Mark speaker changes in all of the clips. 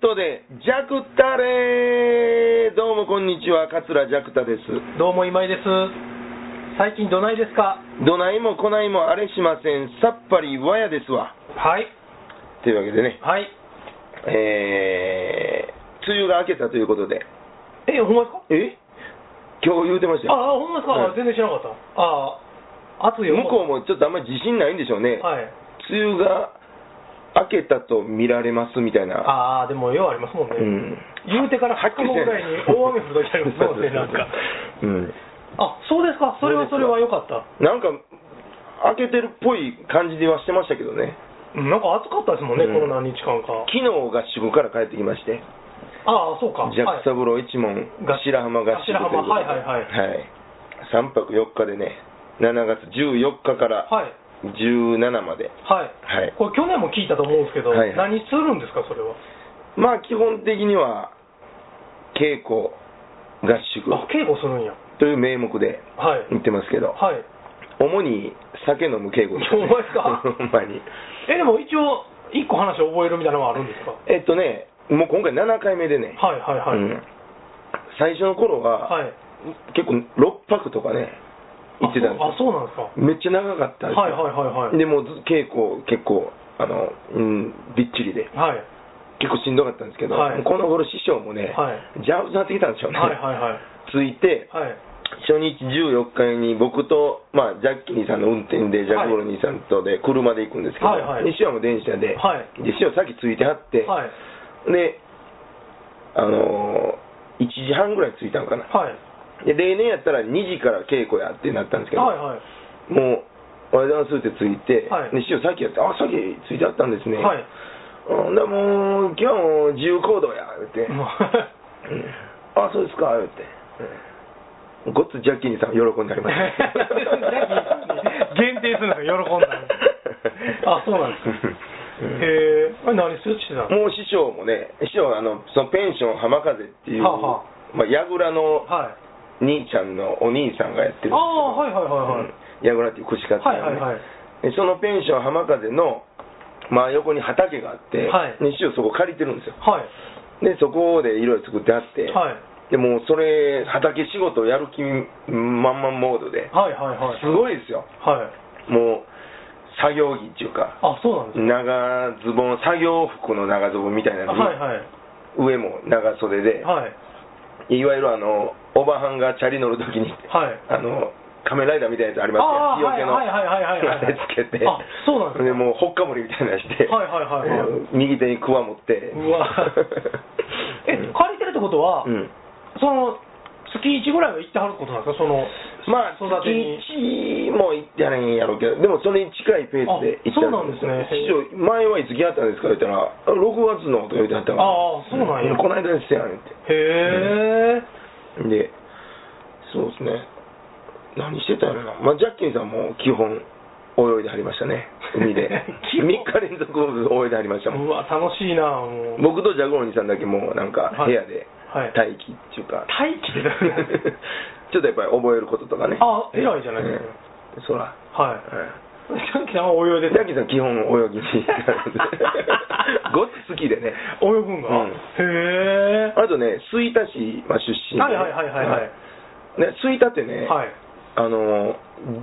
Speaker 1: トで、ジャクタレーどうもこんにちは、桂ジャクタです。
Speaker 2: どうも今井です。最近どないですか
Speaker 1: どないもこないもあれしません、さっぱりわやですわ。
Speaker 2: はい。
Speaker 1: というわけでね、
Speaker 2: はい。
Speaker 1: えー、梅雨が明けたということで、
Speaker 2: え、ほんまですか
Speaker 1: え今日言うてましたよ。
Speaker 2: ああ、ほんまですか、
Speaker 1: はい
Speaker 2: 全然知らなかった。ああ、暑いよ。
Speaker 1: 向こうもちょっとあんまり自信ないんでしょうね。
Speaker 2: はい。
Speaker 1: 梅雨が明けたと見られますみたいな。
Speaker 2: ああ、でもようありますもんね。
Speaker 1: うん。
Speaker 2: 言うてから8日後ぐらいに大雨降る時ありますもんね、なんか。
Speaker 1: うん。
Speaker 2: あ、そうですか。それはそれは良かった。
Speaker 1: なんか、開けてるっぽい感じにはしてましたけどね。
Speaker 2: うんなんか暑かったですもんね、
Speaker 1: うん
Speaker 2: この何日間か。
Speaker 1: 昨日合宿から帰ってきまして、
Speaker 2: ああ、そうか。
Speaker 1: ジャック
Speaker 2: はい、
Speaker 1: 三郎一門
Speaker 2: が
Speaker 1: 白浜合宿ということで、
Speaker 2: 白浜はいはいはい
Speaker 1: 3泊4日でね、7月14日から
Speaker 2: はい。
Speaker 1: 17まで、
Speaker 2: はい。
Speaker 1: はい
Speaker 2: これ去年も聞いたと思うんですけど、
Speaker 1: はいはい
Speaker 2: 何するんですか、それは。
Speaker 1: まあ基本的には稽古、合宿
Speaker 2: あ、稽古するんや。
Speaker 1: という名目で
Speaker 2: はい。
Speaker 1: 行ってますけど、
Speaker 2: はい。
Speaker 1: 主に酒飲む稽古
Speaker 2: ほんまです か
Speaker 1: ほんまに。
Speaker 2: え、でも一応、一個話を覚えるみたいなのはあるんですか
Speaker 1: えっとね、もう今回7回目でね、
Speaker 2: はいはいはい。
Speaker 1: うん最初の頃は、
Speaker 2: はい。
Speaker 1: 結構6泊とかね、行ってたんですよ
Speaker 2: あ、そうあそうなんですか。は
Speaker 1: めっちゃ長かったん
Speaker 2: い
Speaker 1: ですよ
Speaker 2: はいはいはい。
Speaker 1: でもうず稽古結構あの、うん、びっちりで
Speaker 2: はい。
Speaker 1: 結構しんどかったんですけど、
Speaker 2: はい
Speaker 1: この頃師匠もね、
Speaker 2: は
Speaker 1: 邪魔になってきたんでしょうね、
Speaker 2: はいはいはい。
Speaker 1: ついて
Speaker 2: はい。
Speaker 1: 初日14日に僕と、まあ、ジャッキーさんの運転でジャックボロニーさんとで車で行くんですけど、
Speaker 2: はいはい
Speaker 1: で師匠も電車で,、
Speaker 2: はい
Speaker 1: で師匠さっきついてはって、
Speaker 2: はい。
Speaker 1: であのー1時半ぐらい着いたのかな、
Speaker 2: はい。
Speaker 1: で例年やったら2時から稽古やってなったんですけど、
Speaker 2: はいはい。
Speaker 1: もう、ワイダンスーってついて、
Speaker 2: はい
Speaker 1: で師匠、さっきやって、あさっきついてあったんですね、
Speaker 2: はい
Speaker 1: うん、でもう、今日はもう自由行動や、って、
Speaker 2: もう
Speaker 1: うんあそうですか、って、ごっつジャッキーさん、喜んでありました。
Speaker 2: 限定するんですよ、喜んだの あ、そうなんですか。へえ、あれ何するしてたんで す
Speaker 1: もう師匠もね、師匠はあのそのペンション浜風っていう、
Speaker 2: はあは
Speaker 1: まあ、矢倉の
Speaker 2: かはい。
Speaker 1: 兄ちゃんのお兄さんがやってるんですけど
Speaker 2: ああ、はいはいはいはい。
Speaker 1: うん矢倉っていう串カツ屋
Speaker 2: はい
Speaker 1: ね
Speaker 2: はいはい
Speaker 1: でそのペンション浜風の真横に畑があって、
Speaker 2: はい
Speaker 1: で師匠そこ借りてるんですよ
Speaker 2: はい。
Speaker 1: でそこでいろいろ作ってあって、
Speaker 2: はい
Speaker 1: でもうそれ畑仕事やる気満々モードで、
Speaker 2: はいはいはい。
Speaker 1: すごいですよ
Speaker 2: はい。
Speaker 1: もう作業着っていうか
Speaker 2: あ、そうなんです
Speaker 1: 長ズボン作業服の長ズボンみたいな
Speaker 2: か。
Speaker 1: のに、
Speaker 2: はいはい。
Speaker 1: 上も長袖で、
Speaker 2: はい。
Speaker 1: い、わゆるあのオーバーハンがチャリ乗るときに、
Speaker 2: はい
Speaker 1: あの仮面ライダーみたいなやつあり
Speaker 2: あ
Speaker 1: ま
Speaker 2: あ
Speaker 1: すよ、日よけの、
Speaker 2: はいはいはいはいは い
Speaker 1: あれつけて、
Speaker 2: あそうなんですか
Speaker 1: でもうほっかむりみたいなのして、
Speaker 2: はいはいはいはい
Speaker 1: えー右手にクワ持って、
Speaker 2: うわ え、
Speaker 1: うん
Speaker 2: 借りてるってことは、
Speaker 1: うん
Speaker 2: その月1ぐらいは行ってはることなんですか、その
Speaker 1: まあ、
Speaker 2: 育てに。
Speaker 1: 月1も行ってやれんやろうけど、でもそれに近いペースで行った
Speaker 2: あそうなんですね
Speaker 1: 師匠、前はいつ来はったんですか言ったら、あ6月のと言うてはったから、
Speaker 2: ああそうなんや
Speaker 1: この間ですやんって。
Speaker 2: へえ、、
Speaker 1: で、そうですね、何してたんやろな、まあ、ジャッキーさんも基本、泳いではりましたね、海で
Speaker 2: 基本
Speaker 1: 3日連続泳いではりました
Speaker 2: う
Speaker 1: もん、
Speaker 2: わ、楽しいな、もう。
Speaker 1: 僕とジャゴロニさんだけもう、なんか
Speaker 2: はい
Speaker 1: 部屋で
Speaker 2: はい
Speaker 1: 待機っていうか、
Speaker 2: 待機って何なんですか
Speaker 1: ちょっとやっぱり覚えることとかね、
Speaker 2: あ偉いじゃないですか
Speaker 1: ええそら、
Speaker 2: はい。
Speaker 1: う
Speaker 2: さっきの泳いで
Speaker 1: んジャッキーさん、基本泳ぎに行っては るんでごっつ好きでね。
Speaker 2: 泳ぐんが、
Speaker 1: うん
Speaker 2: へえ。
Speaker 1: あとね、吹田市、まあ、出身で、
Speaker 2: はいはいはいはいはい
Speaker 1: ね、吹田ってね、
Speaker 2: はい。
Speaker 1: あの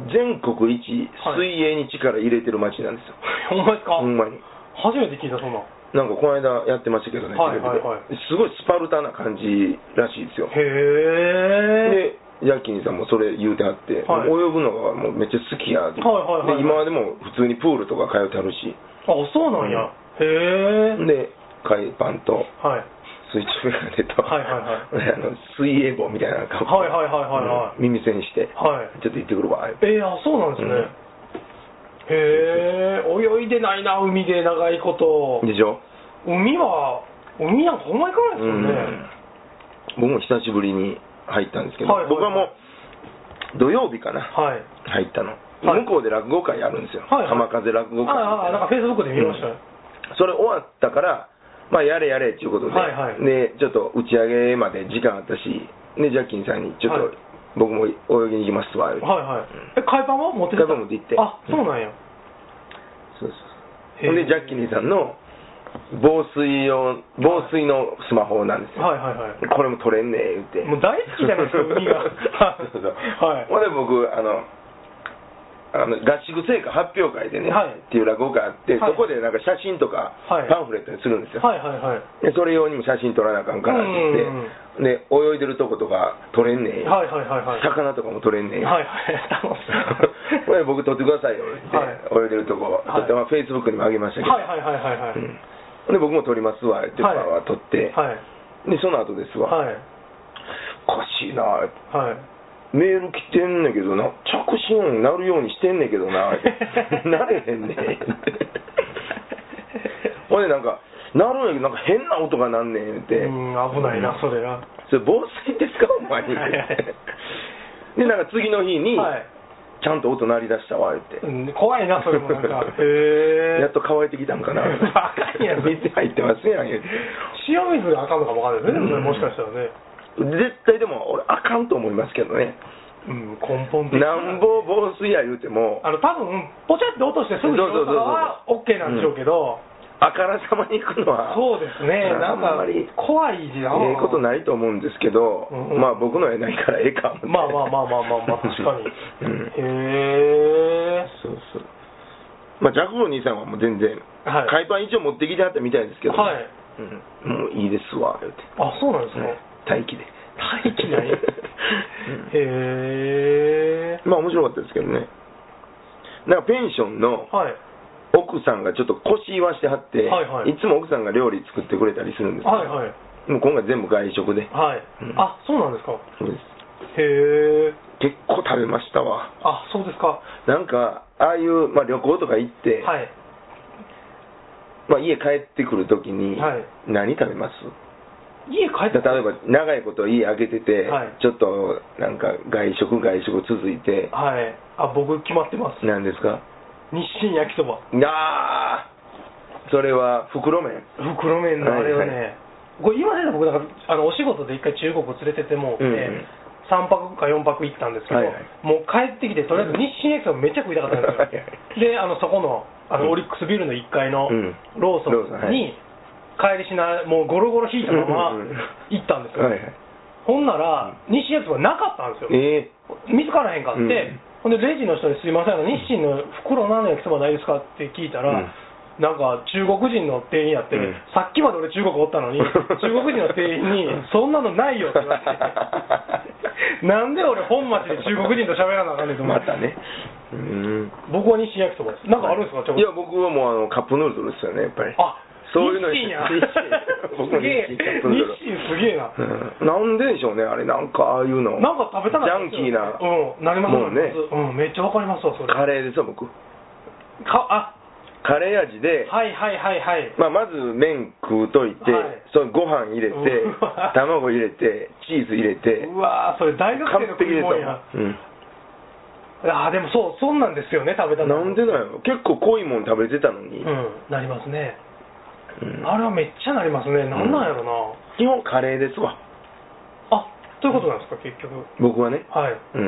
Speaker 1: 全国一
Speaker 2: はい
Speaker 1: 水泳に力入れてる町なんですよ、
Speaker 2: ほんまですか、
Speaker 1: ほんまに
Speaker 2: 初めて聞いた、そんなん。
Speaker 1: なんかこの間やってましたけどね、
Speaker 2: はい
Speaker 1: テレビで
Speaker 2: はいはい
Speaker 1: すごいスパルタな感じらしいですよ
Speaker 2: へえ。
Speaker 1: でジャッキーさんもそれ言うてあって、
Speaker 2: はい
Speaker 1: 泳ぐのがもうめっちゃ好きやって、
Speaker 2: はいはいはい
Speaker 1: で今はでも普通にプールとか通ってはるし
Speaker 2: あ、そうなんや。へえ。
Speaker 1: で海パンと
Speaker 2: はい。
Speaker 1: 水中眼鏡と、
Speaker 2: はいはい は
Speaker 1: であの水泳帽みたいな格
Speaker 2: はいはいはいはいはい
Speaker 1: うん耳栓して、
Speaker 2: はい
Speaker 1: ちょっと行ってくるわ言うて
Speaker 2: えー、あそうなんですね、へえ泳いでないな海で長いこと
Speaker 1: でしょ
Speaker 2: 海は海なんかほんま行かないですよね、
Speaker 1: うん、僕も久しぶりに入ったんですけど、
Speaker 2: はいはい
Speaker 1: 僕はもう土曜日かな、
Speaker 2: はい
Speaker 1: 入ったの、
Speaker 2: はい
Speaker 1: 向こうで落語会やるんですよ、
Speaker 2: はいはい
Speaker 1: 浜風落語会みたい
Speaker 2: ああなんかフェイスブックで見ましたよ
Speaker 1: うんそれ終わったから、まあ、やれやれっていうことで、
Speaker 2: はいはい
Speaker 1: でちょっと打ち上げまで時間あったしでジャッキーさんにちょっと、
Speaker 2: はい
Speaker 1: 僕も泳ぎに行きますわ、言うて
Speaker 2: はいはいえ海パンは持ってった
Speaker 1: 海パン持って行って
Speaker 2: あそうなんや、
Speaker 1: そうそうそうほんでジャッキーさんの防水用防水のスマホなんですよ、
Speaker 2: はいはいはい。
Speaker 1: これも取れんねえ言って
Speaker 2: もう大好きじゃないですか海が
Speaker 1: そうそう
Speaker 2: はい
Speaker 1: ほんで僕あのあの合宿成果発表会でね、
Speaker 2: は
Speaker 1: っ
Speaker 2: い
Speaker 1: ていう落語があって、
Speaker 2: はい
Speaker 1: そこでなんか写真とか、
Speaker 2: はい
Speaker 1: パンフレットにするんですよ、
Speaker 2: はいはいはい。
Speaker 1: でそれ用にも写真撮らなあかんからって言って、で泳いでるとことか撮れんねん、
Speaker 2: はいはいはいはい。
Speaker 1: 魚とかも撮れんねん、
Speaker 2: はいはい。楽し い
Speaker 1: これ僕撮ってくださいよって、
Speaker 2: は
Speaker 1: 泳いでるとこ
Speaker 2: はい
Speaker 1: 撮って、まあ、フェイスブックにもあげましたけど、
Speaker 2: はいはいはいはいはい。
Speaker 1: うんほんで僕も撮りますわって、
Speaker 2: はい
Speaker 1: パワー撮って、
Speaker 2: はい。
Speaker 1: でその後ですわ、
Speaker 2: はい。
Speaker 1: おかしいな
Speaker 2: はい。
Speaker 1: メール来てんねんけどな着信音になるようにしてんねんけど ななれへんねんほんでなんかなるんやけどなんか変な音がなんねん言うて
Speaker 2: うん、危ないな、それな。
Speaker 1: それ防水ですかお前
Speaker 2: はいはい
Speaker 1: でなんか次の日に、
Speaker 2: はい。
Speaker 1: ちゃんと音鳴り出したわ言って、
Speaker 2: うん怖いな、それもなん か。へえ。
Speaker 1: やっと乾いてきたんかな
Speaker 2: バカやん
Speaker 1: 水入ってますやん言うて
Speaker 2: 塩水があかんのかもわかんないですね、でもねもしかしたらね。
Speaker 1: 絶対でも俺あかんと思いますけどね
Speaker 2: うん、根本的
Speaker 1: なんぼ防水や言うても
Speaker 2: あの、多分、ポチャって落としてすぐ拾うとかは
Speaker 1: そうそうそうそう
Speaker 2: OK なんでしょうけど、
Speaker 1: あからさまに行くのは
Speaker 2: そうですね、
Speaker 1: うん
Speaker 2: なんか
Speaker 1: あんまり、
Speaker 2: 怖いじゃん。
Speaker 1: ええことないと思うんですけど、
Speaker 2: うんうん
Speaker 1: まあ僕の絵ないからええか思って
Speaker 2: まあまあまあまあまあ まあ確かに
Speaker 1: うん、
Speaker 2: へえ。
Speaker 1: そうそうまあジャクボ兄さんはもう全然、
Speaker 2: はい。
Speaker 1: 海パン一応持ってきてあったみたいですけど、
Speaker 2: はい。
Speaker 1: うん、もういいですわ言うて、
Speaker 2: あ、そうなんですか。
Speaker 1: 待機で
Speaker 2: 大 気ない。へえ。
Speaker 1: まあ面白かったですけどねなんかペンションの
Speaker 2: はい。
Speaker 1: 奥さんがちょっと腰言わしてはって、
Speaker 2: はいはい
Speaker 1: つも奥さんが料理作ってくれたりするんですけど
Speaker 2: はいはい。
Speaker 1: もう今回全部外食で
Speaker 2: はい。
Speaker 1: うん
Speaker 2: あ、そうなんですか。
Speaker 1: そうです
Speaker 2: へえ。
Speaker 1: 結構食べましたわ
Speaker 2: あ、そうですか。は
Speaker 1: なんかああいう、まあ、旅行とか行って、
Speaker 2: い。はい。
Speaker 1: まあ、家帰ってくるときに
Speaker 2: はい
Speaker 1: 何食べます、
Speaker 2: 家帰っ
Speaker 1: 例
Speaker 2: て
Speaker 1: えば長いこと家開けてて、
Speaker 2: はい
Speaker 1: ちょっとなんか外食外食続いて
Speaker 2: はい。あ、僕決まってます。
Speaker 1: 何ですか
Speaker 2: 日清焼きそば。
Speaker 1: あーそれは袋麺
Speaker 2: 袋麺のあれはね、
Speaker 1: はい
Speaker 2: これ今までの僕だからあのお仕事で一回中国連れてってもうて、
Speaker 1: うんうん
Speaker 2: 3泊か4泊行ったんですけど、
Speaker 1: はいはい
Speaker 2: もう帰ってきてとりあえず日清焼きそばめっちゃ食いたかったん
Speaker 1: はい
Speaker 2: ですよであのそこのあ
Speaker 1: うん
Speaker 2: のオリックスビルの1階の
Speaker 1: うん
Speaker 2: ローソ
Speaker 1: ローソンは
Speaker 2: ン
Speaker 1: い
Speaker 2: に帰りしなもうゴロゴロ引いたまま
Speaker 1: うんうんうん
Speaker 2: 行ったんです
Speaker 1: は
Speaker 2: よ、
Speaker 1: いはい
Speaker 2: ほんなら日清焼きそばなかったんですよ
Speaker 1: え
Speaker 2: 見つからへんか
Speaker 1: うん
Speaker 2: って、ほんでレジの人に「すいませんあの日清の袋何の焼きそばないですか?」って聞いた
Speaker 1: うん
Speaker 2: ら、なんか中国人の店員やって、
Speaker 1: うん
Speaker 2: さっきまで俺中国おっ たのに中国人の店員に「そんなのないよ」って言わ れてなんで俺本町で中国人と喋らなあかんねん
Speaker 1: ー、
Speaker 2: と思
Speaker 1: ま
Speaker 2: って
Speaker 1: たねうん
Speaker 2: 僕は日清焼きそばですなんかあるんですか、ちょ
Speaker 1: いや僕はもうあのカップヌードルですよねやっぱり
Speaker 2: あ
Speaker 1: そういうの
Speaker 2: 日清や
Speaker 1: 僕も
Speaker 2: すげえ
Speaker 1: 日清カップヌードル
Speaker 2: 日清すげえな、
Speaker 1: うんなんででしょうねあれなんかああいうの
Speaker 2: なんか食べたかった
Speaker 1: ジャンキーな
Speaker 2: うんなります
Speaker 1: もんね
Speaker 2: うんめっちゃわかりますわそれ
Speaker 1: カレーですよ僕
Speaker 2: かあ
Speaker 1: カレー味で、
Speaker 2: はいはいはいはい
Speaker 1: まあ、まず麺食うといて、
Speaker 2: はい
Speaker 1: そのご飯入れて
Speaker 2: うわ
Speaker 1: 卵入れてチーズ入れて
Speaker 2: うわーそれ大学
Speaker 1: 完
Speaker 2: 生の食
Speaker 1: 璧で
Speaker 2: い
Speaker 1: すよ
Speaker 2: 物や、
Speaker 1: うん
Speaker 2: あーでもそうそんなんですよね食べたの
Speaker 1: なんでだよ結構濃いもん食べてたのに、
Speaker 2: うんなりますね、
Speaker 1: うん
Speaker 2: あれはめっちゃなりますねなんなんやろな、
Speaker 1: 基本カレーですわ
Speaker 2: あということなんですか結局
Speaker 1: 僕はね、
Speaker 2: はい
Speaker 1: う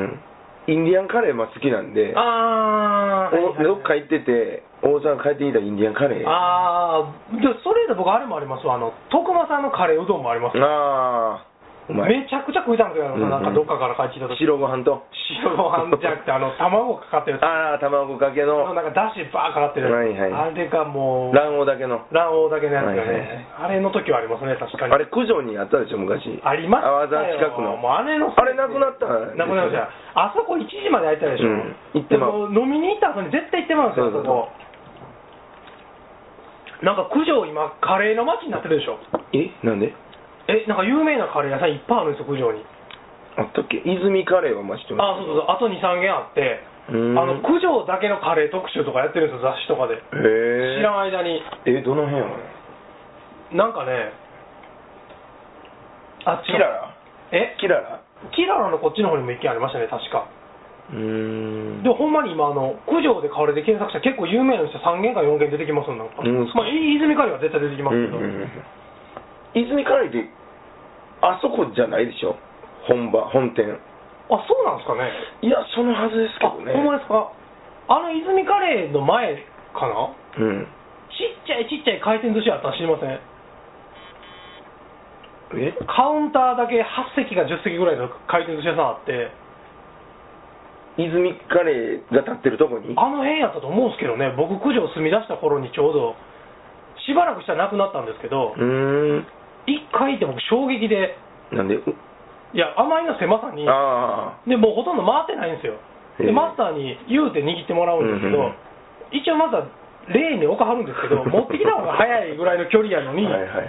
Speaker 1: ん、インディアンカレーも好きなんで
Speaker 2: あー、
Speaker 1: おどっか行
Speaker 2: い
Speaker 1: ってて大阪帰ってきたらインディアンカレーあ
Speaker 2: あーでそれで僕あれもありますわあの徳間さんのカレーうどんもあります
Speaker 1: あーうまい
Speaker 2: めちゃくちゃ食いたんですよ、
Speaker 1: うんうん
Speaker 2: なんかどっかから帰ってきた時
Speaker 1: 白ご飯と
Speaker 2: 白ご飯じゃなくてあの卵かかってるやつ
Speaker 1: ああ卵かけ
Speaker 2: あの
Speaker 1: の
Speaker 2: なんかだしバーかかってるやつ、
Speaker 1: はいはい
Speaker 2: あれがもう
Speaker 1: 卵黄だけの
Speaker 2: 卵黄だけのやつが
Speaker 1: は
Speaker 2: ね、
Speaker 1: いはい
Speaker 2: あれの時はありますね確かに
Speaker 1: あれ九条にあったでしょ昔
Speaker 2: ありましたよ
Speaker 1: 淡沢近くの
Speaker 2: もうあれの
Speaker 1: あれなくなったんですよ
Speaker 2: なくなりましたあそこ1時まで開いてたでしょ、
Speaker 1: うん行ってまう
Speaker 2: でも飲みに行った後に絶対行ってまうんですよ
Speaker 1: そうそう
Speaker 2: ここなんか九条今カレーの街になってるでしょ
Speaker 1: えなんで
Speaker 2: えなんか有名なカレー屋さんいっぱいあるんですよ九条に
Speaker 1: あったっけ泉カレーはまあ知って
Speaker 2: あ
Speaker 1: ます
Speaker 2: そうそうそうあと23軒あって
Speaker 1: うーん
Speaker 2: あの九条だけのカレー特集とかやってるんですよ雑誌とかで
Speaker 1: へえ
Speaker 2: 知らん間に
Speaker 1: えどの辺やろ
Speaker 2: なんかねあっち
Speaker 1: キララ
Speaker 2: え
Speaker 1: キララ
Speaker 2: キララのこっちの方にも一軒ありましたね確か
Speaker 1: うーん
Speaker 2: でもほんまに今あの九条でカレーで検索したら結構有名な人3軒か4軒出てきますもんなんか、
Speaker 1: うん
Speaker 2: まあ、い泉カレーは絶対出てきますけど、
Speaker 1: うんうんうん泉カレーってあそこじゃないでしょ本場本店
Speaker 2: あそうなんですかね
Speaker 1: いやそのはずですけ
Speaker 2: あ
Speaker 1: どね
Speaker 2: ほんまですかあの泉カレーの前かな
Speaker 1: うん
Speaker 2: ちっちゃいちっちゃい回転寿司あったの知りません
Speaker 1: え
Speaker 2: カウンターだけ8席か10席ぐらいの回転寿司屋さんあって
Speaker 1: 泉カレーが立ってるとこに
Speaker 2: あの辺やったと思うんですけどね僕九条住み出した頃にちょうどしばらくしたらなくなったんですけ
Speaker 1: う
Speaker 2: ど
Speaker 1: ーん
Speaker 2: 一回行って僕衝撃で
Speaker 1: なんでう
Speaker 2: いやあまりの狭さに
Speaker 1: ああ
Speaker 2: でもうほとんど回ってないんですよ
Speaker 1: へえ
Speaker 2: でマスターに言うて握ってもらうんですけど、
Speaker 1: うんうん
Speaker 2: 一応まだレーンに置かはるんですけ ど持ってきた方が早いぐらいの距離やのに、
Speaker 1: はいはい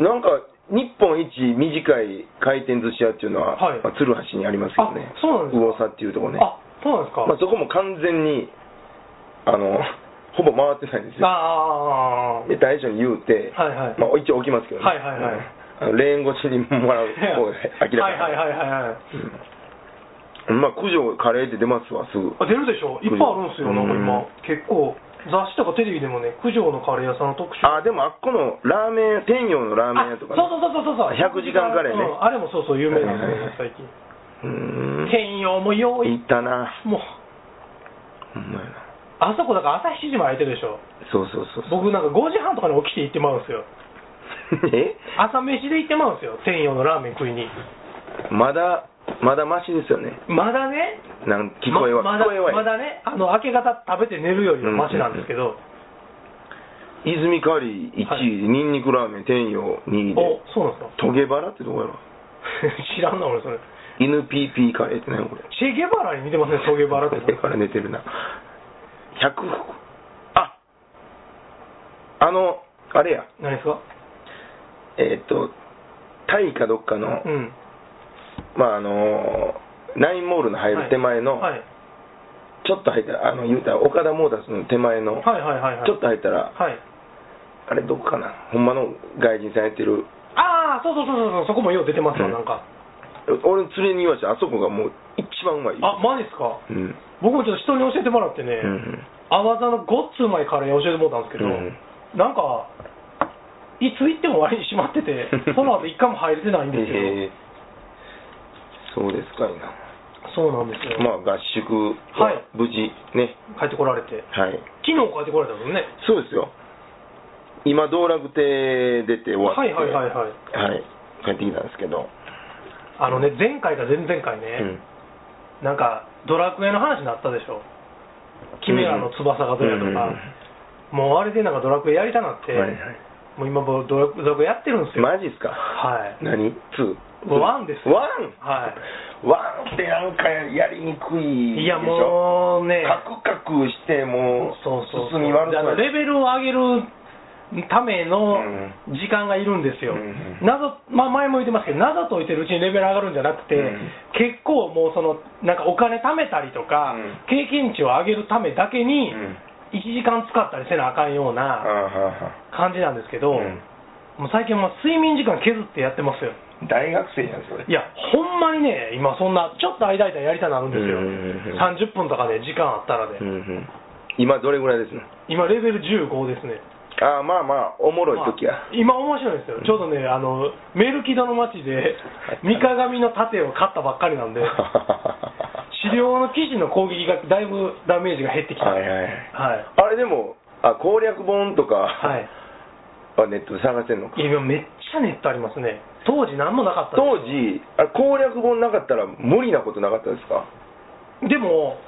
Speaker 1: なんか日本一短い回転寿司屋っていうのは、
Speaker 2: はい
Speaker 1: まあ、鶴橋にありますけどね
Speaker 2: あそうなんですか
Speaker 1: 魚佐っていうとこね
Speaker 2: あそうなんですか、
Speaker 1: まあ、そこも完全にあのほぼ回ってないんですよ
Speaker 2: ああ
Speaker 1: で大将に言うて、
Speaker 2: はいはい
Speaker 1: まあ、一応置きますけどね、
Speaker 2: はいはいはい
Speaker 1: うんあのレーン越しにもらう方が明らか
Speaker 2: は
Speaker 1: に
Speaker 2: いはいはいはいはい
Speaker 1: うんまあ九条カレーって出ますわすぐ
Speaker 2: あ出るでしょいっぱいあるんですよなんか今結構雑誌とかテレビでもね九条のカレー屋さんの特集
Speaker 1: あでもあっこのラーメン天陽のラーメン屋とかね、
Speaker 2: あそうそうそうそうそう
Speaker 1: 100時間カレーね
Speaker 2: うんあれもそうそう有名なんですよね
Speaker 1: は
Speaker 2: 最近
Speaker 1: うーん
Speaker 2: 変容も用
Speaker 1: 行
Speaker 2: 意
Speaker 1: ったな
Speaker 2: もう
Speaker 1: ほんまやな
Speaker 2: あそこだから朝7時まで空いてるでしょ
Speaker 1: そうそうそうそう
Speaker 2: 僕なんか5時半とかに起きて行ってまうんですよ
Speaker 1: え
Speaker 2: 朝飯で行ってまうんですよ天陽のラーメン食いに
Speaker 1: まだまだマシですよね
Speaker 2: まだね
Speaker 1: なん聞こえは、
Speaker 2: まま
Speaker 1: 聞
Speaker 2: だ
Speaker 1: こえは
Speaker 2: まだねあの明け方食べて寝るよりはマシなんですけど、
Speaker 1: 泉カリー1位、
Speaker 2: はい
Speaker 1: ニンニクラーメン天陽2位で
Speaker 2: おそうなんですか
Speaker 1: トゲバラってどこやろ
Speaker 2: 知らんな俺それ
Speaker 1: NPP カレーって何これ
Speaker 2: チェゲバラに似てますねトゲバラって
Speaker 1: トゲバラ寝てるな100ああのあれや
Speaker 2: 何ですか
Speaker 1: えーっ、とタイかどっかの、
Speaker 2: うん
Speaker 1: まああのナインモールの入る手前の、
Speaker 2: はい
Speaker 1: ちょっと入ったらあの言うたら岡田モータスの手前の、
Speaker 2: はいはいはいはい
Speaker 1: ちょっと入ったら、
Speaker 2: はい
Speaker 1: あれどこかなほんまの外人さんやってる
Speaker 2: ああそうそうそうそうそこもよう出てますよ
Speaker 1: うん
Speaker 2: なんか
Speaker 1: 俺の連れに言わしてあそこがもう一番うまい
Speaker 2: あマジですか
Speaker 1: うん
Speaker 2: 僕もちょっと人に教えてもらってね、
Speaker 1: うん
Speaker 2: アワザのごっつうまいカレー教えてもらったんですけど、
Speaker 1: うん
Speaker 2: なんかいつ行っても割に閉まっ ててその後一回も入れてないんです
Speaker 1: へ
Speaker 2: よ
Speaker 1: えそうですかいな
Speaker 2: そうなんですよ、
Speaker 1: まあ合宿
Speaker 2: は
Speaker 1: はい無事ね
Speaker 2: 帰ってこられて
Speaker 1: はい
Speaker 2: 昨日帰ってこられたもんね
Speaker 1: そうですよ今道楽亭出て終わって
Speaker 2: はいはいはい
Speaker 1: は
Speaker 2: はい
Speaker 1: い帰ってきたんですけど、
Speaker 2: あのね前回か前々回
Speaker 1: う
Speaker 2: ね、
Speaker 1: ん、
Speaker 2: なんかドラクエの話になったでしょキメラの翼がどうやと
Speaker 1: うんうん
Speaker 2: か、もうあれでなんかドラクエやりたなって、
Speaker 1: はいはい
Speaker 2: もう今もうドラドラクエやってるんですよ
Speaker 1: マジっすか
Speaker 2: はい
Speaker 1: 何ツー
Speaker 2: ワンですよ
Speaker 1: ワ
Speaker 2: は
Speaker 1: ンワンってなんかやりにくいでしょ
Speaker 2: い、いやもうね
Speaker 1: カクカクしても
Speaker 2: そうそうそう
Speaker 1: 進み悪く
Speaker 2: であ
Speaker 1: な
Speaker 2: のレ
Speaker 1: る
Speaker 2: ベルを上げるための
Speaker 1: うん
Speaker 2: 時間がいるんですよ、
Speaker 1: うん
Speaker 2: 謎まあ、前も言ってますけど、謎解いてるうちにレベル上がるんじゃなくて、
Speaker 1: うん
Speaker 2: 結構もうその、なんかお金貯めたりとか、
Speaker 1: うん
Speaker 2: 経験値を上げるためだけに
Speaker 1: うん、
Speaker 2: 1時間使ったりせなあかん
Speaker 1: あ
Speaker 2: ような感じなんですけど、
Speaker 1: うん
Speaker 2: もう最近、もう睡眠時間削ってやってますよ、
Speaker 1: 大学生やんそれ
Speaker 2: いや、ほんまにね、今、そんな、ちょっと間々やりたなるんですよ、
Speaker 1: うんうんうん
Speaker 2: 30分とかね、時間あったらね、
Speaker 1: うんうん今どれぐらいですの
Speaker 2: 今、レベル15ですね。
Speaker 1: ああまあまあおもろい時や、
Speaker 2: まあ今面白いんですよちょうどねあのメルキドの町で三鏡の盾を買ったばっかりなんで狩猟の騎士の攻撃がだいぶダメージが減ってき た
Speaker 1: は
Speaker 2: はい
Speaker 1: はい
Speaker 2: い
Speaker 1: はいあれでもあ攻略本とか
Speaker 2: は
Speaker 1: はいネットで探せんのか、
Speaker 2: 今めっちゃネットありますね当時何もなかった
Speaker 1: 当時あれ攻略本なかったら無理なことなかったですか
Speaker 2: でも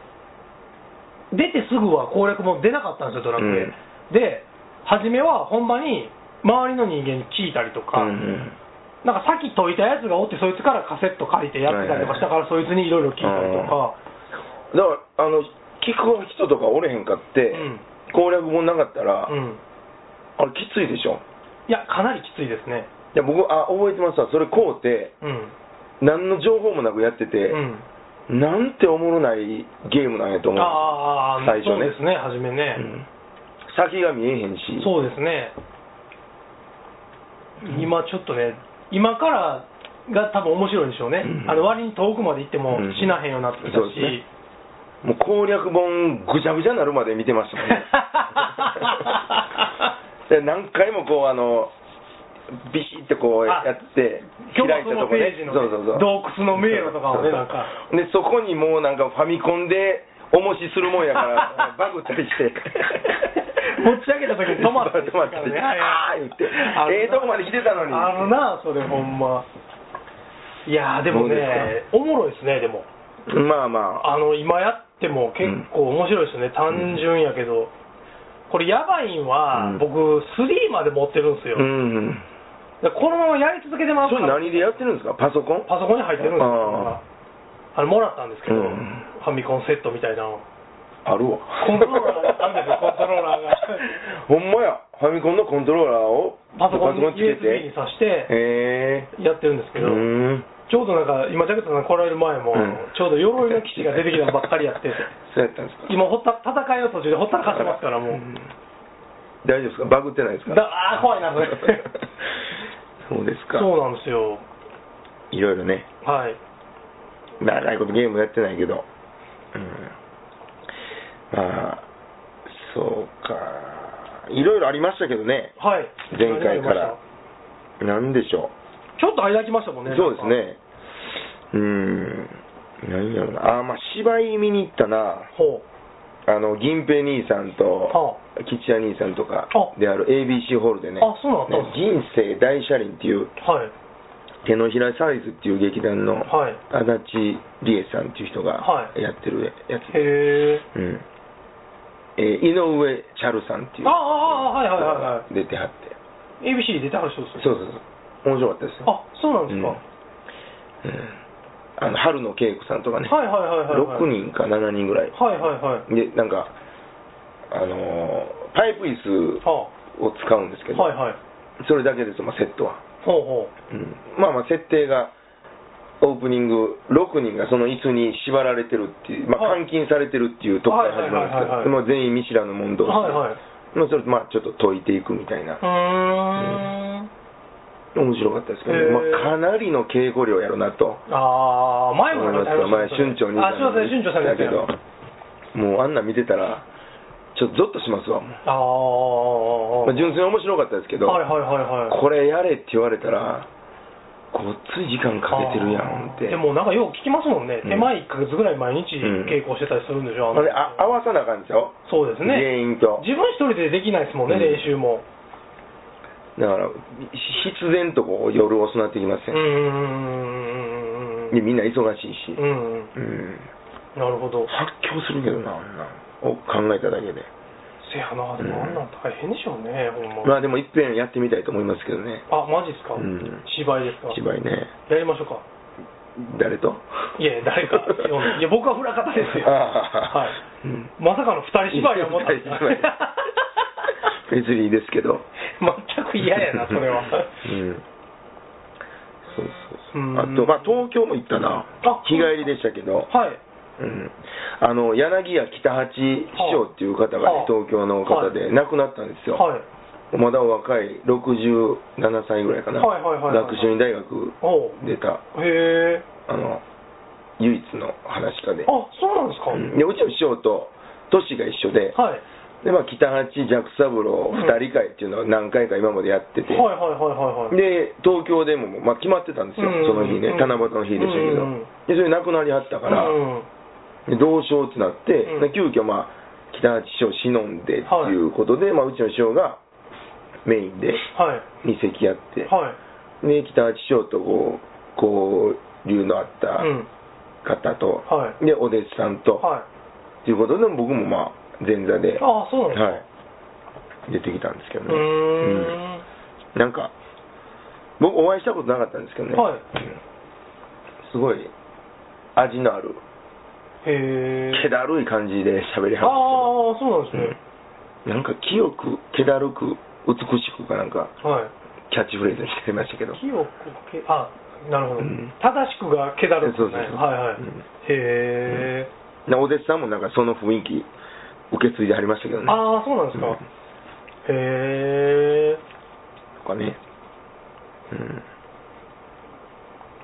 Speaker 2: 出てすぐは攻略も出なかったんですよドラク
Speaker 1: う
Speaker 2: エ、
Speaker 1: ん
Speaker 2: で初めはほんまに周りの人間に聞いたりとか、
Speaker 1: うんうん
Speaker 2: なんかさっき解いたやつがおってそいつからカセット借りてやってたりとかしたからそいつにいろいろ聞いたりとか、
Speaker 1: だからあの聞く人とかおれへんかって、
Speaker 2: うん
Speaker 1: 攻略本なかったら、
Speaker 2: うん
Speaker 1: あれきついでしょ
Speaker 2: いや、かなりきついですね。
Speaker 1: いや僕あ覚えてますわそれこうて
Speaker 2: うん。
Speaker 1: 何の情報もなくやってて
Speaker 2: う、ん。
Speaker 1: なんておもろないゲームなんやと思う
Speaker 2: ああ、
Speaker 1: 最初
Speaker 2: そう
Speaker 1: ね
Speaker 2: ですね、初めね
Speaker 1: う。ん先が見えへんし
Speaker 2: そうですね。今ちょっとね、今からが多分面白いんでしょうね。
Speaker 1: うん
Speaker 2: あの割に遠くまで行っても
Speaker 1: うん
Speaker 2: 死なへんようになってきたし。
Speaker 1: そうです ねもう攻略本ぐちゃぐちゃになるまで見てましたもん ね で何回もこうあのビシッてこう
Speaker 2: あ
Speaker 1: やって
Speaker 2: 教科
Speaker 1: 開い
Speaker 2: 書
Speaker 1: た
Speaker 2: の
Speaker 1: とこね
Speaker 2: ページの
Speaker 1: そ
Speaker 2: ね
Speaker 1: うそうそう
Speaker 2: 洞窟の迷路とかをねなんか
Speaker 1: でそこ にもうなんかファミコンでおもしするもんやからバグったりして
Speaker 2: 持ち上げた時に止まって
Speaker 1: 止まって
Speaker 2: ですからね
Speaker 1: あー言ってええとこまで来てたのに
Speaker 2: あのなそれほんまいやーでも
Speaker 1: どうで
Speaker 2: ねおもろいですねでも
Speaker 1: まあまあ
Speaker 2: あの今やっても結構面白いですね、単純やけど、これやばいんは、
Speaker 1: うん
Speaker 2: 僕3まで持ってるんですよ、
Speaker 1: うん
Speaker 2: だからこのままやり続けてます
Speaker 1: そ
Speaker 2: か
Speaker 1: れ
Speaker 2: ら
Speaker 1: 何でやってるんですかパソコン
Speaker 2: パソコンに入ってるんですよ
Speaker 1: あ
Speaker 2: あのもらったんですけど、
Speaker 1: うん
Speaker 2: ファミコンセットみたいなの
Speaker 1: あるわ
Speaker 2: コントローラーがあるんですよコントローラーが
Speaker 1: ほんまやファミコンのコントローラーを
Speaker 2: パソコンに
Speaker 1: つけ
Speaker 2: USB に
Speaker 1: て
Speaker 2: 挿して
Speaker 1: へえ
Speaker 2: やってるんです
Speaker 1: う
Speaker 2: けど、
Speaker 1: ーん
Speaker 2: ちょうどなんか今ジャケットさん来られる前も、
Speaker 1: うん
Speaker 2: ちょうど鎧の騎士が出てきたのばっかり やって
Speaker 1: そうやったんですか
Speaker 2: 今ほった戦いの途中でほったらかしてますからもう、
Speaker 1: ん大丈夫ですかバグってないですか
Speaker 2: だあー怖いなそれ
Speaker 1: そうですか
Speaker 2: そうなんですよ
Speaker 1: いろいろね
Speaker 2: はい
Speaker 1: 長いことゲームやってないけど、うん、まあそうかいろいろありましたけどね
Speaker 2: はい
Speaker 1: 前回からなんでしょ
Speaker 2: ちょっと間空きましたも
Speaker 1: うん
Speaker 2: ね
Speaker 1: そうですねうん何やろなあーまあ芝居見に行ったな
Speaker 2: ほう
Speaker 1: あの銀平兄さんと
Speaker 2: は
Speaker 1: 吉谷兄さんとか
Speaker 2: あ
Speaker 1: である ABC ホールでね
Speaker 2: あそうなんだ
Speaker 1: ね人生大車輪っていう
Speaker 2: はい
Speaker 1: 手のひらサイズっていう劇団の
Speaker 2: はい
Speaker 1: 足立理恵さんっていう人が
Speaker 2: はい
Speaker 1: やってるやつ
Speaker 2: へえ
Speaker 1: うんえー井上チャルさんっていう
Speaker 2: ああああはいはいはいは
Speaker 1: 出てはって
Speaker 2: い ABC に出てはる人ですよ
Speaker 1: そうそうそう面白かったですよ
Speaker 2: あそうなんですか、
Speaker 1: うんうんあの春野恵子さんとかね、
Speaker 2: はいはいはいはいはい
Speaker 1: 6人か7人ぐらい
Speaker 2: はいはいはい
Speaker 1: でなんかあのーパイプ椅子
Speaker 2: は
Speaker 1: を使うんですけど、
Speaker 2: あはいはい
Speaker 1: それだけです、まあ、セットは、
Speaker 2: ほうほ
Speaker 1: うんまあまあ設定がオープニング6人がその椅子に縛られてるっていう、まあ、
Speaker 2: はい
Speaker 1: 監禁されてるっていうとこから始まるんですけど
Speaker 2: はいはいはいはい
Speaker 1: まあ全員見知らぬ問
Speaker 2: う
Speaker 1: 答をし
Speaker 2: はい
Speaker 1: て
Speaker 2: はい
Speaker 1: まあ、それとまあちょっと解いていくみたいな
Speaker 2: うーん
Speaker 1: 面白かったですけど、
Speaker 2: へー
Speaker 1: まあ、かなりの稽古量やろなと
Speaker 2: ああ前も
Speaker 1: 思い
Speaker 2: な
Speaker 1: ますよ
Speaker 2: んかやりま
Speaker 1: 前
Speaker 2: したね
Speaker 1: 春長に
Speaker 2: あすいません春長さん
Speaker 1: だ
Speaker 2: だ
Speaker 1: け
Speaker 2: け
Speaker 1: ど
Speaker 2: ど
Speaker 1: もうあんなん見てたらちょっとゾッとしますわもう、ま
Speaker 2: ああ
Speaker 1: あ、純粋に面白かったですけど、
Speaker 2: はいはいはいはい
Speaker 1: これやれって言われたらごっつい時間かけてるやんって
Speaker 2: でもなんかよう聞きますもんね、
Speaker 1: うん
Speaker 2: 手前1ヶ月ぐらい毎日
Speaker 1: うん
Speaker 2: 稽古してたりするんでしょ、
Speaker 1: ほんであ合わさなあかんでしょ
Speaker 2: そうですね
Speaker 1: 原因と
Speaker 2: 自分一人でできないですもんね、
Speaker 1: うん
Speaker 2: 練習も
Speaker 1: だからし必然とこう夜遅なってきま
Speaker 2: う
Speaker 1: せ
Speaker 2: ー
Speaker 1: ん、
Speaker 2: ん
Speaker 1: でみんな忙しいし
Speaker 2: う、
Speaker 1: う
Speaker 2: ん
Speaker 1: ん、
Speaker 2: なるほど
Speaker 1: 発狂するけどなあんなんを考えただけで
Speaker 2: せやなでもあんなん大変でしょうね、ほん
Speaker 1: ま
Speaker 2: ま、
Speaker 1: あでもいっぺんやってみたいと思いますけどね
Speaker 2: あマジっすか、
Speaker 1: うん
Speaker 2: 芝居ですか
Speaker 1: 芝居ね
Speaker 2: やりましょうか
Speaker 1: 誰と
Speaker 2: いやいや誰かって呼んでいや僕は裏方 ですよ
Speaker 1: ああ
Speaker 2: はい
Speaker 1: うん
Speaker 2: まさかの二人芝居を持ったんですね
Speaker 1: 二人芝居 別にいいですけど
Speaker 2: 全く嫌やなそれは
Speaker 1: うんそうそうそう
Speaker 2: うん
Speaker 1: あとまあ東京も行ったな
Speaker 2: あ
Speaker 1: 日帰りでしたけど、
Speaker 2: はい
Speaker 1: うん、あの柳家北八師匠っていう方が
Speaker 2: は
Speaker 1: ね
Speaker 2: あ
Speaker 1: 東京の方で
Speaker 2: は
Speaker 1: 亡くなったんですよ、
Speaker 2: はい
Speaker 1: まだお若い67歳ぐらいかな、
Speaker 2: はいはいはいはい
Speaker 1: 学習院大学
Speaker 2: おう
Speaker 1: 出た
Speaker 2: へえ
Speaker 1: あの唯一の話家で
Speaker 2: あそうなんですか、
Speaker 1: うんでうちの師匠と年が一緒で、
Speaker 2: はい
Speaker 1: でまあ、北八ジャック三郎二人会っていうのは何回か今までやってて、
Speaker 2: はいはいはいはいはい
Speaker 1: で東京でも、まあ、決まってたんですよ、
Speaker 2: うん
Speaker 1: その日ね
Speaker 2: うん
Speaker 1: 七夕の日でしたけど、
Speaker 2: うん
Speaker 1: でそれ亡くなりはったから、
Speaker 2: うん
Speaker 1: でどうしようってなって、
Speaker 2: うん
Speaker 1: で急遽まあ北八師匠忍んでっていうことで、まあ、うちの師匠がメインで
Speaker 2: はい
Speaker 1: 二席やって、
Speaker 2: はい
Speaker 1: で北八師匠とこう交流のあった
Speaker 2: うん
Speaker 1: 方と、
Speaker 2: はい
Speaker 1: でお弟子さんと、
Speaker 2: はい
Speaker 1: っていうことで僕もまあ前座で、は
Speaker 2: あそうなんですか、
Speaker 1: い、出てきたんですけど
Speaker 2: う
Speaker 1: ね
Speaker 2: ーん
Speaker 1: うんなんか僕お会いしたことなかったんですけどね、
Speaker 2: はい
Speaker 1: すごい味のある
Speaker 2: へえ
Speaker 1: 気だるい感じで喋り
Speaker 2: あ
Speaker 1: は
Speaker 2: あそうな
Speaker 1: るん
Speaker 2: んで
Speaker 1: で
Speaker 2: す
Speaker 1: す
Speaker 2: ね、
Speaker 1: けど、なんか清く気だるく美しくかなんか
Speaker 2: はい
Speaker 1: キャッチフレーズにしてましたけど
Speaker 2: 清くけあなるほど、
Speaker 1: うん
Speaker 2: 正しくがけだるくない
Speaker 1: そうそうそう
Speaker 2: はいはい、
Speaker 1: うん
Speaker 2: へえ、
Speaker 1: なお弟子さんもなんかその雰囲気受け継いでありましたけどね
Speaker 2: ああそうなんですか、
Speaker 1: うん
Speaker 2: へえ
Speaker 1: とかね、うん、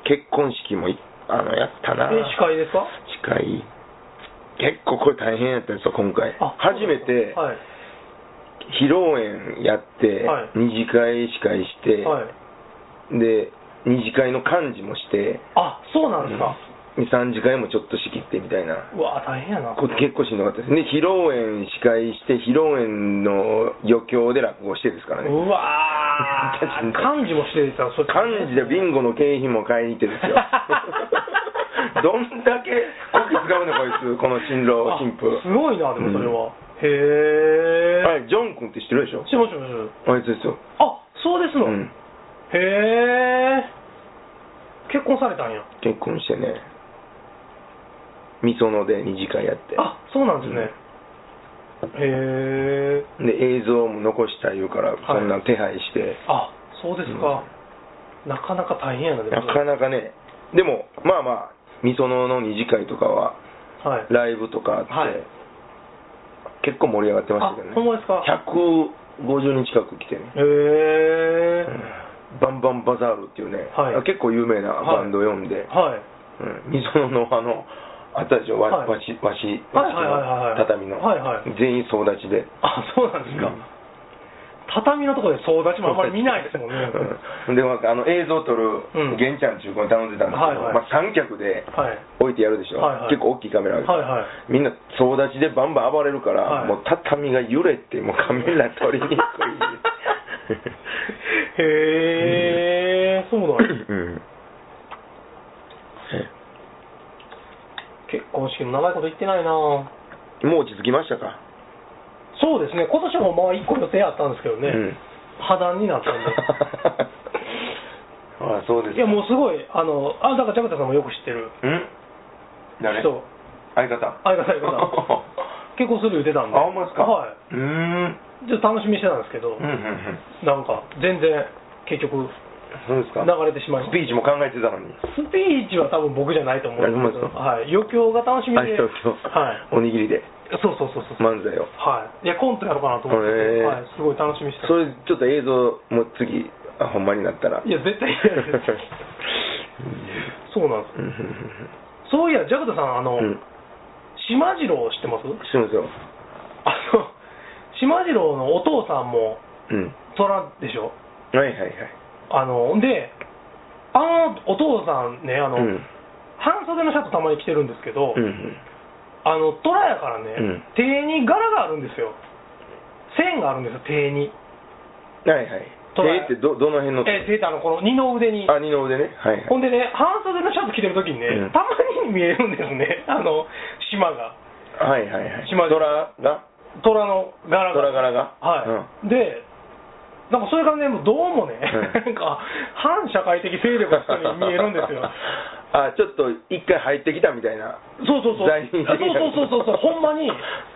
Speaker 1: 結婚式もいあのやったな
Speaker 2: え司会ですか
Speaker 1: 近い結構これ大変やったんですよ今回
Speaker 2: あ
Speaker 1: 初めて
Speaker 2: はい
Speaker 1: 披露宴やって、
Speaker 2: はい
Speaker 1: 二次会司会して、
Speaker 2: はい
Speaker 1: で二次会の幹事もして
Speaker 2: あそうなんですか、
Speaker 1: 23時間もちょっと仕切ってみたいな
Speaker 2: うわ大変やな
Speaker 1: こ結構しんどかったですね披露宴司会して披露宴の余興で落語してですからね
Speaker 2: うわ ー漢字もしてたそれ
Speaker 1: 漢字で ビンゴの景品も買いに行ってですよどんだけこき使うのこいつこの新郎新婦
Speaker 2: あすごいなでもそれは、へえ、
Speaker 1: あれジョン君って知ってるでしょ
Speaker 2: しもしもしも
Speaker 1: あいつですよ
Speaker 2: あそうですの、
Speaker 1: うん
Speaker 2: へえ結婚されたんや
Speaker 1: 結婚してねみそので二次会やって
Speaker 2: あそうなんですね、へえ
Speaker 1: で映像も残したいうからそんなん手配して、
Speaker 2: あそうですか、なかなか大変やなでも
Speaker 1: なかなかね、でも、まあまあ、みそのの二次会とかは、
Speaker 2: はい
Speaker 1: ライブとかあって、
Speaker 2: はい
Speaker 1: 結構盛り上がってまし
Speaker 2: あ
Speaker 1: たけどね。
Speaker 2: ほんまですか
Speaker 1: 150人近く来てね、
Speaker 2: へえ、
Speaker 1: バンバンバザールっていうね、
Speaker 2: はい
Speaker 1: 結構有名なバンド読んで、
Speaker 2: はい
Speaker 1: うんみそののあの、あったでしょ、わ,、
Speaker 2: はい
Speaker 1: わし、わし、
Speaker 2: はいはいはいはい
Speaker 1: わしの畳の、
Speaker 2: はいはい
Speaker 1: 全員総立ちで。
Speaker 2: あそうなんですか、
Speaker 1: うん
Speaker 2: 畳のところで総立ちもあんまり見ないですもんね、
Speaker 1: うんであの映像撮る
Speaker 2: うん
Speaker 1: 玄ちゃん中古に頼んでたんですけど、
Speaker 2: はいはい
Speaker 1: まあ、三脚で
Speaker 2: はい
Speaker 1: 置いてやるでしょ、
Speaker 2: はいはい
Speaker 1: 結構大きいカメラあるから、
Speaker 2: はいはい
Speaker 1: みんな総立ちでバンバン暴れるから、
Speaker 2: はい
Speaker 1: もう畳が揺れてもうカメラ撮りにく い
Speaker 2: へえ、そうなんや
Speaker 1: うん
Speaker 2: 結婚式も長いこと行ってないなぁ
Speaker 1: もう落ち着きましたか、
Speaker 2: そうですね今年もまあ1個予定あったんですけどね、
Speaker 1: うん
Speaker 2: 破談になったん で
Speaker 1: ああそうですか
Speaker 2: いやもうすごいあのあだからジャクタさんもよく知ってる
Speaker 1: うん誰
Speaker 2: 人
Speaker 1: 相方
Speaker 2: 相方相 方結婚する言ってたんで
Speaker 1: あほんまですか
Speaker 2: は
Speaker 1: うーん
Speaker 2: いちょっと楽しみにしてたんですけど、
Speaker 1: うんうんうん
Speaker 2: なんか全然結局
Speaker 1: そうですか
Speaker 2: 流れてしまいま
Speaker 1: ス
Speaker 2: した
Speaker 1: ピーチも考えてたのに
Speaker 2: スピーチは多分僕じゃないと思うんですけど、
Speaker 1: あ
Speaker 2: はい、余興が楽しみ
Speaker 1: あ
Speaker 2: で、
Speaker 1: そうそう、
Speaker 2: はい、
Speaker 1: おにぎりで
Speaker 2: そうそうそうそう、
Speaker 1: 漫才を
Speaker 2: はい、いやコントやろうかなと思って
Speaker 1: へ
Speaker 2: て、
Speaker 1: ー
Speaker 2: はい、すごい楽しみにして
Speaker 1: そ
Speaker 2: ます
Speaker 1: れちょっと映像も次あほんまになったら
Speaker 2: い や絶対嫌ですそうなんです
Speaker 1: うんうん
Speaker 2: そういやジャクタさんあの、
Speaker 1: うんうん
Speaker 2: 島次郎知ってます
Speaker 1: そうですよ
Speaker 2: あの島次郎のお父さんも
Speaker 1: うん
Speaker 2: 虎でしょ
Speaker 1: はいはいはい
Speaker 2: あのであのお父さんねあの、
Speaker 1: うん
Speaker 2: 半袖のシャツたまに着てるんですけど、
Speaker 1: うんうん
Speaker 2: あの虎やからね、
Speaker 1: うん
Speaker 2: 手に柄があるんですよ線があるんですよ手に
Speaker 1: はいはい
Speaker 2: トライ
Speaker 1: 手ってどどの辺の
Speaker 2: え手ってあのこの二の腕に
Speaker 1: あ二の腕ねはいはい
Speaker 2: ほんでね半袖のシャツ着てる時にね、
Speaker 1: うん
Speaker 2: たまに見えるんですねあの島が
Speaker 1: はいはいはい
Speaker 2: 島
Speaker 1: 虎が
Speaker 2: 虎の柄が
Speaker 1: 虎柄が
Speaker 2: はい、でなんかそれがねもうどうもね、
Speaker 1: うん
Speaker 2: なんか反社会的勢力の人に見えるんですよ
Speaker 1: あちょっと一回入ってきたみたいな
Speaker 2: そうそうそう
Speaker 1: 罪人的な
Speaker 2: あそうそうそうそうそうほんまに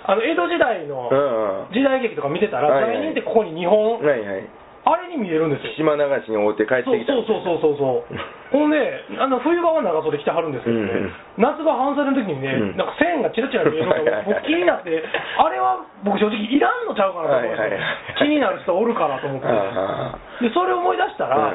Speaker 2: あの江戸時代の
Speaker 1: うんうん
Speaker 2: 時代劇とか見てたら
Speaker 1: はいはい
Speaker 2: 罪人ってここに日本
Speaker 1: はいはい
Speaker 2: あれに見えるんですよ
Speaker 1: 島流しに追って帰っ
Speaker 2: そう
Speaker 1: てきた
Speaker 2: そうそうそうそう そうほんであの冬場は長袖着てはるんですけどね、
Speaker 1: うんうん
Speaker 2: 夏場半袖の時にね、
Speaker 1: うん
Speaker 2: なんか線がチラチラ見えるのが僕気になってあれは僕正直いらんのちゃうかなと思って、
Speaker 1: はいはいはい
Speaker 2: 気になる人おるかなと思って
Speaker 1: あ
Speaker 2: でそれを思い出した
Speaker 1: あ
Speaker 2: ら、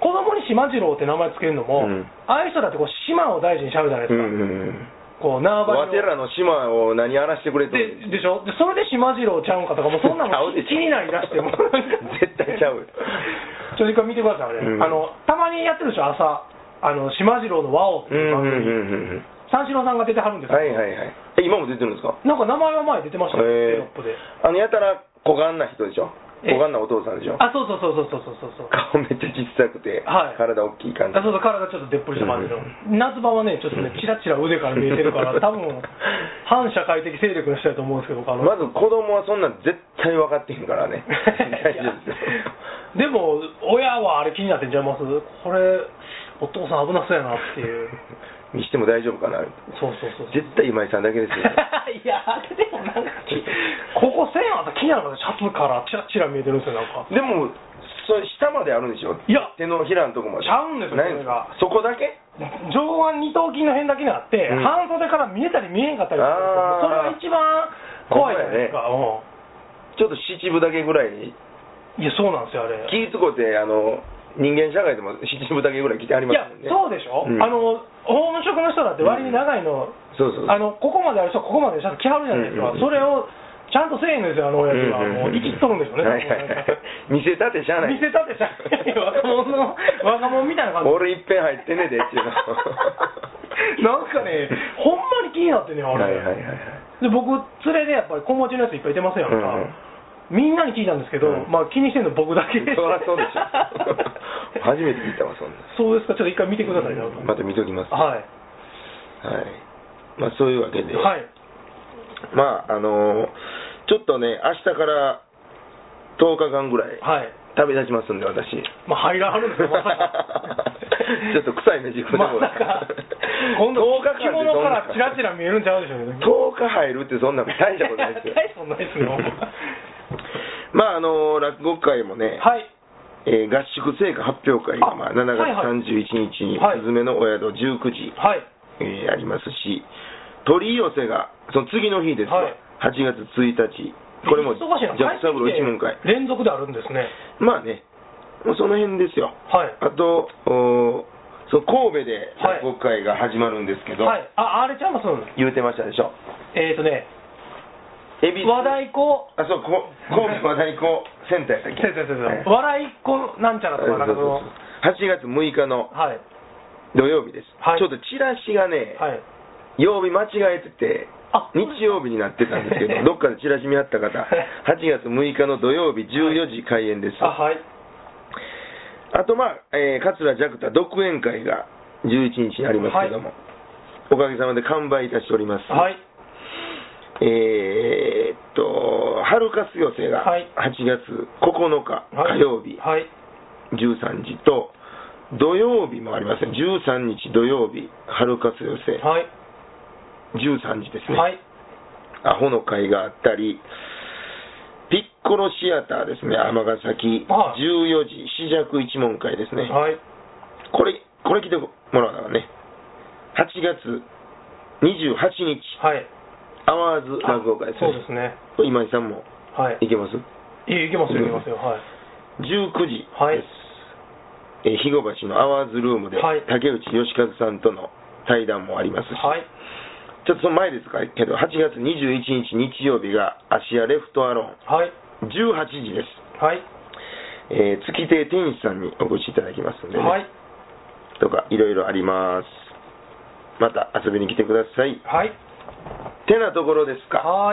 Speaker 2: 子供に島次郎って名前つけるのも、
Speaker 1: うん
Speaker 2: ああいう人だってこう島を大事にしゃべるじゃないで
Speaker 1: う
Speaker 2: す
Speaker 1: ん
Speaker 2: か、
Speaker 1: うんうん
Speaker 2: こう縄張
Speaker 1: わて
Speaker 2: りを
Speaker 1: らの島を何荒らしてくれとる
Speaker 2: ででしょでそれで島次郎ちゃうんかとかもうそんな
Speaker 1: ちゃ
Speaker 2: の
Speaker 1: うでしょ
Speaker 2: 気になりだしても
Speaker 1: 絶対ちゃうよ
Speaker 2: ちょっと一回見てくださいあれ、
Speaker 1: うん
Speaker 2: あのたまにやってるでしょ朝あの島次郎の和をって
Speaker 1: うん
Speaker 2: いう
Speaker 1: う
Speaker 2: 番
Speaker 1: ん
Speaker 2: 組、
Speaker 1: うんうん
Speaker 2: 三四郎さんが出てはるんですけど
Speaker 1: はいはいはいえ今も出てるんですか
Speaker 2: なんか名前は前に出てましたよテ
Speaker 1: へえ
Speaker 2: ロップで
Speaker 1: あのやたら小顔な人でしょ
Speaker 2: え
Speaker 1: 小顔なお父さんでしょ
Speaker 2: あそうそうそうそうそうそうそう
Speaker 1: 顔めっちゃ小さくて、
Speaker 2: はい
Speaker 1: 体大きい感じ
Speaker 2: あそうそう体ちょっと出っぷりした感じの、夏場はねちょっとねチラチラ腕から見えてる から多分反社会的勢力の人だと思うんですけど僕あの
Speaker 1: まず子供はそんなん絶対分かってへんからね大丈夫ですよ
Speaker 2: でも親はあれ気になってんちゃいますこれお父さん危なそうやなっていう
Speaker 1: 見しても大丈夫かな
Speaker 2: そうそうそう
Speaker 1: 絶対今井さんだけです よ
Speaker 2: いやあれでもなんかきここ線あった気になるのシャツからチラチラ見えてるんですよなんか
Speaker 1: でもそれ下まであるんでしょ
Speaker 2: いや
Speaker 1: 手のひらのとこまで
Speaker 2: ちゃうんですよ
Speaker 1: ない
Speaker 2: それが
Speaker 1: そこだけ
Speaker 2: 上腕二頭筋の辺だけにあって、
Speaker 1: うん
Speaker 2: 半袖から見えたり見えんかったりするんですよそれが一番怖いじゃないですか、
Speaker 1: ちょっと七分だけぐらいに
Speaker 2: うんいやそうなんですよあれ
Speaker 1: 気ぃつこてあの人間社会でも七分だけぐらい来てあり
Speaker 2: い
Speaker 1: ます
Speaker 2: や
Speaker 1: もんね
Speaker 2: そうでしょ、
Speaker 1: うん
Speaker 2: あの法務職の人だって割に長いの、
Speaker 1: そうそうそう
Speaker 2: あのここまである人はここまでのシャツ着はるじゃないですか、
Speaker 1: うんうんうん
Speaker 2: それをちゃんとせえへんのですよ、あの親父は、もう、生きとるんでしょうね、
Speaker 1: はいはいはい見せたてしゃあない
Speaker 2: 見せたってしゃあない若者の、若者みたいな感じ
Speaker 1: 俺いっぺん入ってねでっていうの
Speaker 2: なんかね、ほんまに気になってね、あ
Speaker 1: はい
Speaker 2: れ。
Speaker 1: はいはいはい。
Speaker 2: で僕連れでやっぱり子持ちのやついっぱいいてますやんか、
Speaker 1: うんうん
Speaker 2: みんなに聞いたんですけど、
Speaker 1: うん
Speaker 2: まあ気にしてんの僕だけ
Speaker 1: そりゃそうで しょ。初めて聞いたわ、そんな。
Speaker 2: そうですかちょっと一回見てくださいなんか
Speaker 1: また見ときます。
Speaker 2: はい
Speaker 1: はい。まあ、そういうわけで、
Speaker 2: はい
Speaker 1: まあ、あのーちょっとね、明日から10日間ぐらい
Speaker 2: はい
Speaker 1: 旅立ちますんで、私。
Speaker 2: まあ入らはるんですよまさか
Speaker 1: ちょっと臭いね、自分でも。
Speaker 2: まさか今度
Speaker 1: 10
Speaker 2: 着物からチラチ
Speaker 1: ラ。
Speaker 2: ラ見えるんちゃうでしょうね
Speaker 1: 10日入るってそんなん大したことないですよ。
Speaker 2: 大したことないですよ
Speaker 1: まあ、あのー落語会もね、
Speaker 2: はい
Speaker 1: えー合宿成果発表会が、まあ、
Speaker 2: あ
Speaker 1: 7月
Speaker 2: はいはい
Speaker 1: 31日に、
Speaker 2: はい
Speaker 1: すずめのお宿19時、
Speaker 2: はい
Speaker 1: えーありますし、取り寄せが、その次の日です
Speaker 2: は
Speaker 1: わ、
Speaker 2: い
Speaker 1: 8月1日、これも、ジ
Speaker 2: 忙しいな
Speaker 1: ャックサブロー一問会。
Speaker 2: 帰ってきて連続であるんですね
Speaker 1: まあね、もうその辺ですよ。
Speaker 2: はい
Speaker 1: あと、おその神戸で
Speaker 2: はい
Speaker 1: 国会が始まるんですけど、
Speaker 2: はいああれちゃいます
Speaker 1: 言うてましたでしょ。
Speaker 2: えっ、ー、とね
Speaker 1: 恵比寿
Speaker 2: 和太鼓
Speaker 1: あ、そう、こ神戸和太鼓センターやったっけ
Speaker 2: 先生先生、
Speaker 1: はい
Speaker 2: 笑いっ子なんちゃらとか、なんかその、
Speaker 1: 8月6日の
Speaker 2: はい、
Speaker 1: 土曜日です、
Speaker 2: はい
Speaker 1: ちょっとチラシがね、
Speaker 2: はい、
Speaker 1: 曜日間違えてて
Speaker 2: あ
Speaker 1: 日曜日になってたんですけ どどっかでチラシ見合った方8月6日の土曜日14時開演です、
Speaker 2: あ、はい、
Speaker 1: あとまあ、えー、桂寂太独演会が11日にありますけども、おかげさまで完売いたしております、
Speaker 2: はい、
Speaker 1: えー、っと春活寄せが
Speaker 2: はい
Speaker 1: 8月9日
Speaker 2: はい
Speaker 1: 火曜日
Speaker 2: はい、
Speaker 1: 13時と土曜日もありますね13日土曜日春活寄せ
Speaker 2: はい、
Speaker 1: 13時ですね、
Speaker 2: はい、
Speaker 1: アホの会があったり、ピッコロシアターですね、尼崎、
Speaker 2: はい
Speaker 1: 14時、四尺一門会ですね、
Speaker 2: はい、
Speaker 1: これ、これ来てもらうのはね、8月28日、
Speaker 2: はい、
Speaker 1: アワーズ落語会です
Speaker 2: そ
Speaker 1: ね
Speaker 2: う、ですね、
Speaker 1: これ今井さんも
Speaker 2: は
Speaker 1: 行
Speaker 2: い、
Speaker 1: けます
Speaker 2: いいいけますよ、いけますよ、はい、
Speaker 1: 19時です、
Speaker 2: はい
Speaker 1: えー肥後橋のアワーズルームで、
Speaker 2: はい
Speaker 1: 竹内義和さんとの対談もありますし、
Speaker 2: はい、
Speaker 1: ちょっとその前ですかけど、8月21日日曜日が、芦屋レフトアロ
Speaker 2: はい、
Speaker 1: ーン、18時です。
Speaker 2: はい、
Speaker 1: えー、月亭天使さんにお越しいただきますんで、ね
Speaker 2: はい、
Speaker 1: とかいろいろありますまた遊びに来てください
Speaker 2: はい、
Speaker 1: てなところですか
Speaker 2: はい。